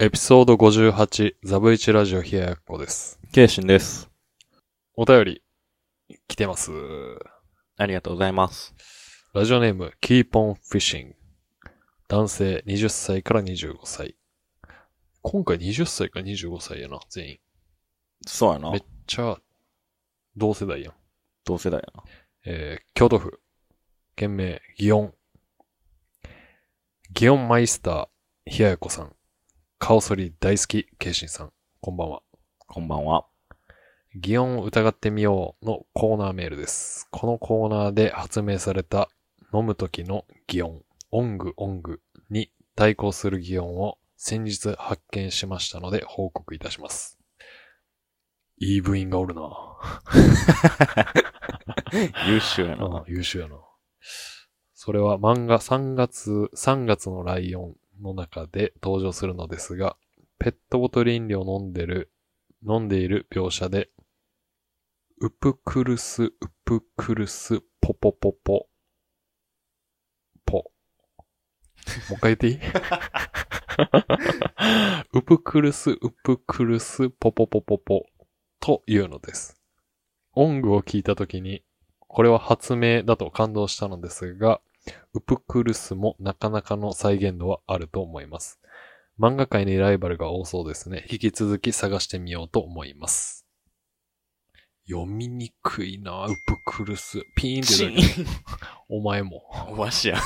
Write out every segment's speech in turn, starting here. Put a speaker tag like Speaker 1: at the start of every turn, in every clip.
Speaker 1: エピソード58、ザブイチラジオ冷ややっこです。
Speaker 2: ケイシンです。
Speaker 1: お便り、来てます。
Speaker 2: ありがとうございます。
Speaker 1: ラジオネーム、キーポンフィッシング。男性、20歳から25歳。今回20歳から25歳やな、全員。
Speaker 2: そうやな
Speaker 1: め。っちゃ、同世代やん。
Speaker 2: 同世代やな。
Speaker 1: えー、京都府。県名、祇園。祇園マイスター、冷ややっこさん。顔剃り大好き、ケイシンさん。こんばんは。
Speaker 2: こんばんは。
Speaker 1: 擬音を疑ってみようのコーナーメールです。このコーナーで発明された飲む時の擬音、オングオングに対抗する擬音を先日発見しましたので報告いたします。いい部員がおるな
Speaker 2: 優秀や
Speaker 1: あ
Speaker 2: な。
Speaker 1: 優秀やな。それは漫画3月、3月のライオンの中で登場するのですが、ペットボトル飲料を飲んでる、飲んでいる描写で、ウプクルス、ウプクルス、ポポポポ、ポ。もう一回言っていいウプクルス、ウプクルス、ポポポポポ、というのです。音具を聞いたときに、これは発明だと感動したのですが、ウプクルスもなかなかの再現度はあると思います。漫画界にライバルが多そうですね。引き続き探してみようと思います。読みにくいなウプクルス。ピーンって言うてる。お前も。
Speaker 2: わしや。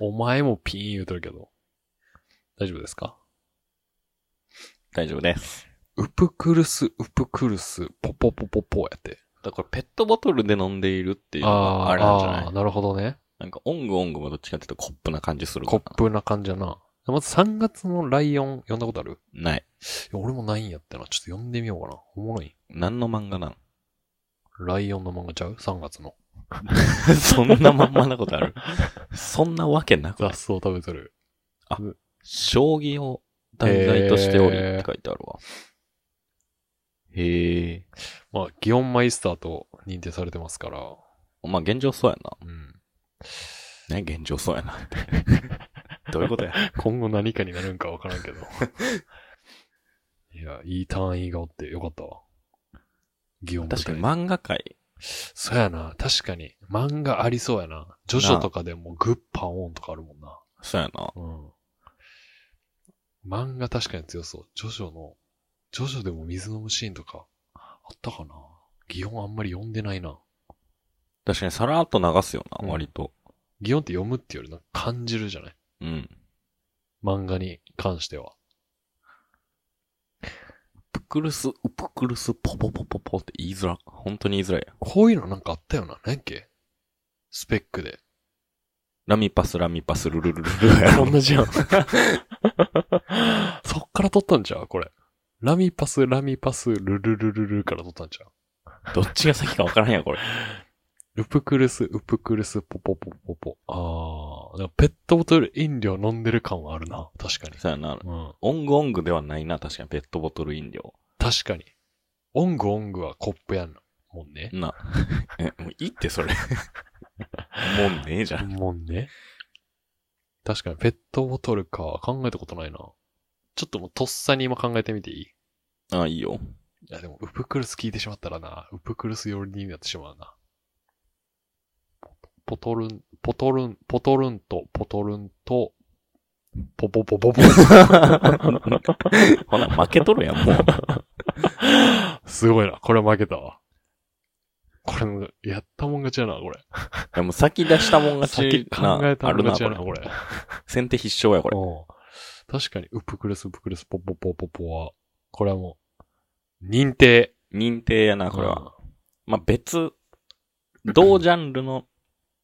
Speaker 1: お前もピーン言うてるけど。大丈夫ですか
Speaker 2: 大丈夫です。
Speaker 1: ウプクルス、ウプクルス、ポポポポポやって。
Speaker 2: だからペットボトルで飲んでいるっていうの
Speaker 1: あ
Speaker 2: が
Speaker 1: ー
Speaker 2: あれなんじゃな
Speaker 1: あー
Speaker 2: い
Speaker 1: なるほどね。
Speaker 2: なんかオングオングもどっちかっていうとコップな感じするか
Speaker 1: コ
Speaker 2: ら
Speaker 1: ップな感じやな。まず3月のライオン読んだことある
Speaker 2: ない。
Speaker 1: いや俺もないんやってな。ちょっと読んでみようかな。おもろい。
Speaker 2: 何の漫画なん
Speaker 1: ライオンの漫画ちゃう ?3 月の。
Speaker 2: そんなまんまなことある。 そんなわけなくな
Speaker 1: 雑
Speaker 2: い。
Speaker 1: 草食べてる。
Speaker 2: 将棋を題材としておりって書いてあるわ。へえ。
Speaker 1: まあ、祇園マイスターと認定されてますから。
Speaker 2: まあ現状そうや
Speaker 1: うん。
Speaker 2: な。ね、現状そうやな って。どういうことや。
Speaker 1: 今後何かになるんかわから んけど。いや、いい単位がおってよかったわ。祇園
Speaker 2: 確かに
Speaker 1: ま、
Speaker 2: 漫画界、
Speaker 1: そうやな。確かに。漫画ありそうやな。ジョジョとかでもグッパオンとかあるもんな。
Speaker 2: そうやな。
Speaker 1: うん。漫画確かに強そう。ジョジョの、ジョジョでも水飲むシーンとか、あったかな擬音あんまり読んでないな。
Speaker 2: 確かにさらっと流すよ
Speaker 1: う
Speaker 2: な、
Speaker 1: ん
Speaker 2: 割と。
Speaker 1: 擬音って読むっていうよりなんか感じるじゃない
Speaker 2: うん。
Speaker 1: 漫画に関しては。
Speaker 2: プクルス、ウプクルス、ポポポポポって言いづら。本当に言いづらいや。
Speaker 1: こういうのなんかあったよな。何やっけスペックで。
Speaker 2: ラミパス、ラミパス、ルルルルルや ろ。
Speaker 1: 同じやん。そっから撮ったんちゃうこれ。ラミパス、ラミパス、ルルルルルから撮ったんちゃう
Speaker 2: どっちが先かわからんや、これ。
Speaker 1: ウプクルス、ウプクルス、ポポポポポ。あー。でもペットボトル飲料飲んでる感はあるな。確かに。
Speaker 2: そうやな。
Speaker 1: うん。
Speaker 2: オングオングではないな、確かに。ペットボトル飲料。
Speaker 1: 確かに。オングオングはコップやんな。もんね。
Speaker 2: な。え、もういいって、それ。 もうねえじゃん。
Speaker 1: もんね。確かに、ペットボトルか。考えたことないな。ちょっともうとっさに今考えてみていいい
Speaker 2: あ、いいよ。
Speaker 1: や、でも、ウプクルス聞いてしまったらな、ウプクルス寄りになってしまうな。ポトルン、ポトルン、ポトルンと、ポトルンと、ポポポポポ。
Speaker 2: ほな、負けとるやん、もう。
Speaker 1: すごいな。これ負けたわ。これも、やったもん勝ちやな、これ。
Speaker 2: でも先出したもん勝
Speaker 1: 先
Speaker 2: ちな、
Speaker 1: 考えた
Speaker 2: あ
Speaker 1: もん
Speaker 2: るな、
Speaker 1: 勝ち
Speaker 2: こ
Speaker 1: やな、
Speaker 2: れ。
Speaker 1: これ。
Speaker 2: 先手必勝や、これ。
Speaker 1: うん確かに、ウプクレス、ウプクレス、ポポポポポは、これはもう、認定。
Speaker 2: 認定やな、これは。。まあ、別、同ジャンルの、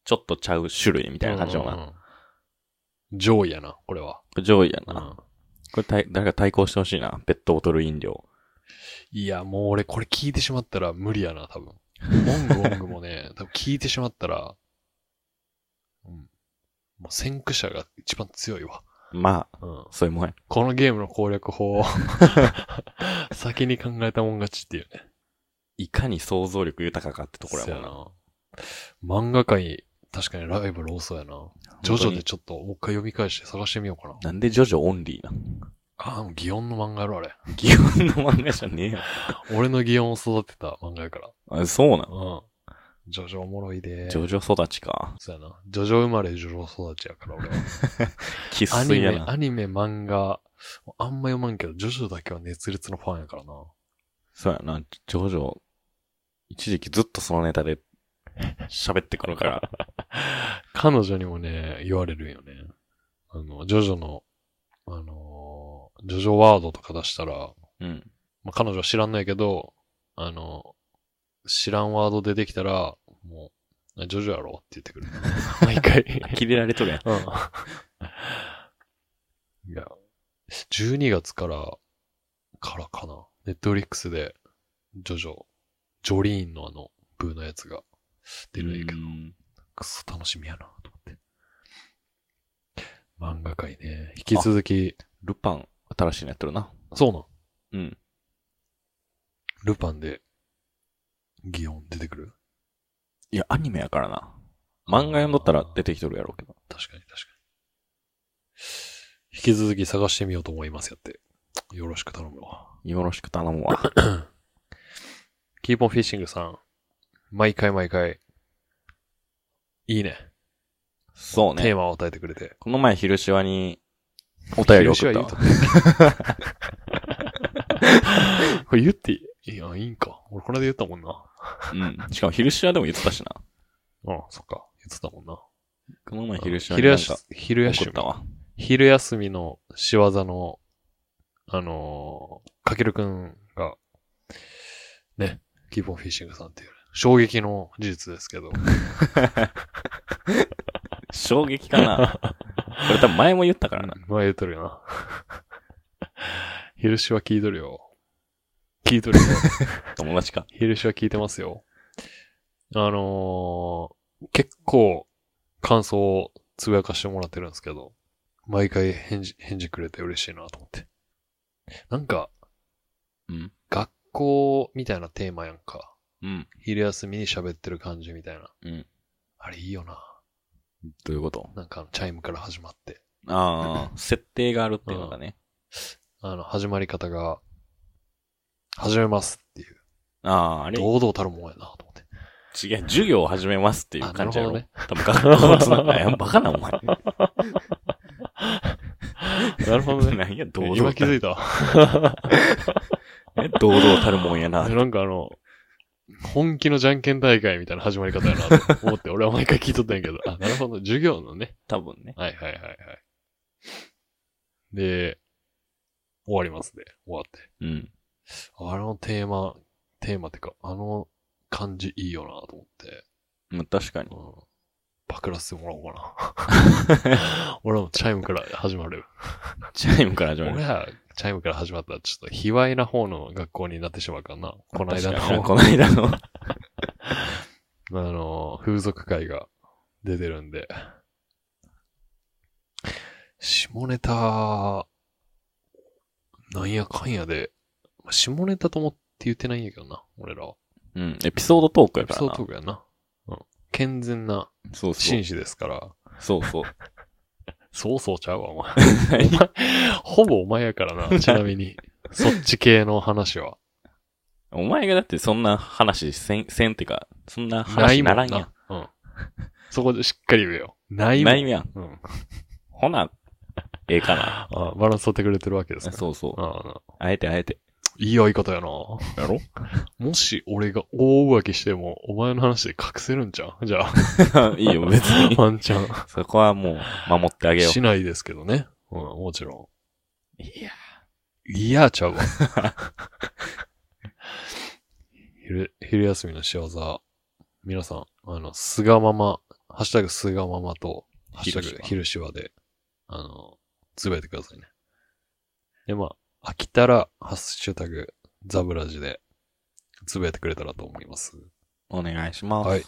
Speaker 2: ちょっとちゃう種類みたいな感じのな。
Speaker 1: 上位やな、これは。
Speaker 2: 上位や
Speaker 1: う
Speaker 2: な。
Speaker 1: ん
Speaker 2: これ対、誰か対抗してほしいな。ペットボトル飲料。
Speaker 1: いや、もう俺、これ聞いてしまったら無理やな、多分。オングオングもね、多分聞いてしまったら、うん。もう先駆者が一番強いわ。
Speaker 2: まあ、
Speaker 1: うん。
Speaker 2: そういうもんや。
Speaker 1: このゲームの攻略法を 先に考えたもん勝ちっていうね。
Speaker 2: いかに想像力豊かかってところやもんな。
Speaker 1: そうやな。漫画界、確かにライバル多そうやな。ジョジョ
Speaker 2: 本当
Speaker 1: で
Speaker 2: に
Speaker 1: ちょっともう一回読み返して探してみようかな。
Speaker 2: なんでジョジョオンリーな
Speaker 1: ああ、もう祇園の漫画やろ、あれ。
Speaker 2: 祇園の漫画じゃねえよ。
Speaker 1: 俺の祇園を育てた漫画やから。
Speaker 2: あそうなの
Speaker 1: うん。ジョジョおもろいで。
Speaker 2: ジョジョ育ちか。
Speaker 1: そうやな。ジョジョ生まれ、ジョジョ育ちやから、俺は。
Speaker 2: 喫
Speaker 1: アニ
Speaker 2: 水や
Speaker 1: メ、
Speaker 2: な。
Speaker 1: アニメ、漫画、あんま読まんけど、ジョジョだけは熱烈のファンやからな。
Speaker 2: そうやな、ジョジョ、一時期ずっとそのネタで喋ってく るから。
Speaker 1: 彼女にもね、言われるよね。あの、ジョジョの、あのージョジョワードとか出したら、
Speaker 2: うん。
Speaker 1: まあ、彼女は知らんないけど、あの、知らんワード出てきたら、もう、あジョジョやろって言ってくる。 毎回。
Speaker 2: 切れられとるやん。
Speaker 1: うん。いや、12月から、からかな。ネットフリックスで、ジョジョ、ジョリーンのあの、ブーのやつが出るんやけど、
Speaker 2: うん
Speaker 1: くそ楽しみやなと思って。漫画界ね、引き続き、
Speaker 2: ルパン、新しいのやってるな。
Speaker 1: そうなん。
Speaker 2: うん。
Speaker 1: ルパンで、ギオン出てくる
Speaker 2: いや、アニメやからな。漫画読んどったら出てきとるやろうけど。
Speaker 1: 確かに確かに。引き続き探してみようと思いますやって。よろしく頼むわ。
Speaker 2: よろしく頼むわ。
Speaker 1: キーポンフィッシングさん。毎回毎回。いいね。
Speaker 2: そう
Speaker 1: テ
Speaker 2: ね
Speaker 1: ー。マを与えてくれて。
Speaker 2: この前、昼シワに、お便り送
Speaker 1: 昼
Speaker 2: ったわ。
Speaker 1: シワ言うと これ言っていいいや、いいんか。俺この間言ったもんな。
Speaker 2: うん。しかも、昼シワでも言ってたしな。
Speaker 1: うん、そっか。言ってたもんな。
Speaker 2: この前、昼シワに
Speaker 1: 昼
Speaker 2: なん
Speaker 1: 休
Speaker 2: か
Speaker 1: 昼休
Speaker 2: 送っ
Speaker 1: み
Speaker 2: た。わ。
Speaker 1: 昼休みの仕業の、あのーかけるくんが、ね、キーポンフィッシングさんっていう、衝撃の事実ですけど、
Speaker 2: 衝撃 かな。これ多分前も言ったからな。
Speaker 1: 前言っとるよな。 昼しは聞いとるよ。聞いとるよ。
Speaker 2: 友達か。
Speaker 1: 昼しは聞いてますよ。あのー結構、感想をつぶやかしてもらってるんですけど、毎回返事、返事くれて嬉しいなと思って。なんか、
Speaker 2: うん。
Speaker 1: 学校みたいなテーマやんか。
Speaker 2: うん。
Speaker 1: 昼休みに喋ってる感じみたいな。
Speaker 2: うん。
Speaker 1: あれいいよな。
Speaker 2: どういうこと
Speaker 1: なんかあのチャイムから始まって。
Speaker 2: ああ、設定があるっていうのがね。
Speaker 1: あの、始まり方が、始めますっていう。
Speaker 2: ああ、あれ、
Speaker 1: 堂々たるもんやなと思って。
Speaker 2: 違う、授業を始めますっていう
Speaker 1: あな
Speaker 2: 感
Speaker 1: る
Speaker 2: じ
Speaker 1: ほ
Speaker 2: や
Speaker 1: ど
Speaker 2: ろ。
Speaker 1: ね。
Speaker 2: 多分学校のつながり、バカなお前。
Speaker 1: なる ほどね。
Speaker 2: 何や、堂
Speaker 1: 今
Speaker 2: 々
Speaker 1: 気
Speaker 2: た
Speaker 1: づ
Speaker 2: る。
Speaker 1: いたわ。
Speaker 2: え堂々たるもんやな。
Speaker 1: なんかあの、本気のじゃんけん大会みたいな始まり方やなと思って、俺は毎回聞いとったんやけど。あ、なるほど。授業のね。
Speaker 2: 多分ね。
Speaker 1: はいはいはいはい。で、終わりますね。終わって。
Speaker 2: うん。
Speaker 1: あのテーマ、テーマってか、あの感じいいよなと思って、
Speaker 2: まあ確かに
Speaker 1: う。ん。爆らせてもらおうか な。俺もチャイムから始まる。
Speaker 2: チャイムから始ま
Speaker 1: 俺
Speaker 2: る。
Speaker 1: らチャイムから始まったらちょっと卑猥な方の学校になってしまうからな。この間
Speaker 2: 確かに
Speaker 1: の、
Speaker 2: この間の。
Speaker 1: あの、風俗会が出てるんで。下ネタ、なんやかんやで、まあ下ネタと思って言ってないんやけどな、俺らは。
Speaker 2: うん、エピソードトークや
Speaker 1: エピ
Speaker 2: か
Speaker 1: ソ
Speaker 2: ら
Speaker 1: ード。
Speaker 2: な
Speaker 1: トークやな。うん。健全な
Speaker 2: そうそう
Speaker 1: 紳。士ですから。
Speaker 2: そうそう。
Speaker 1: そうそうちゃうわ、お前。 お前ほぼお前やからな、ちなみ に。そっち系の話は。
Speaker 2: お前がだってそんな話せん、せんってか、そんな
Speaker 1: ない
Speaker 2: 話
Speaker 1: も
Speaker 2: なんら
Speaker 1: な。
Speaker 2: んやん。
Speaker 1: うん。そこでしっかり言えよ。ないもん。
Speaker 2: ないやん。
Speaker 1: うん。
Speaker 2: ほな、ええか な。
Speaker 1: あバランス取ってくれてるわけですね。
Speaker 2: そうそう。
Speaker 1: ああ
Speaker 2: あえてあえて。
Speaker 1: いい相方やな。
Speaker 2: やろ
Speaker 1: もし俺が大浮気しても、お前の話で隠せるんちゃうじゃあ、
Speaker 2: いいよ、別 に。
Speaker 1: ワンチャン。
Speaker 2: そこはもう、守ってあげよ
Speaker 1: しないですけどね。うん、もちろん。
Speaker 2: う。いや。
Speaker 1: いや、ちゃうわ。 昼、昼休みの仕業。皆さん、あの、すがまま、ハッシュタグすがままと、ハッシュタグ
Speaker 2: 昼
Speaker 1: 昼しわで、あの、つぶやいてくださいね。で、まあ、飽きたら、ハッシュタグ、ザブラジで、つぶやいてくれたらと思います。
Speaker 2: お願いします。
Speaker 1: はい。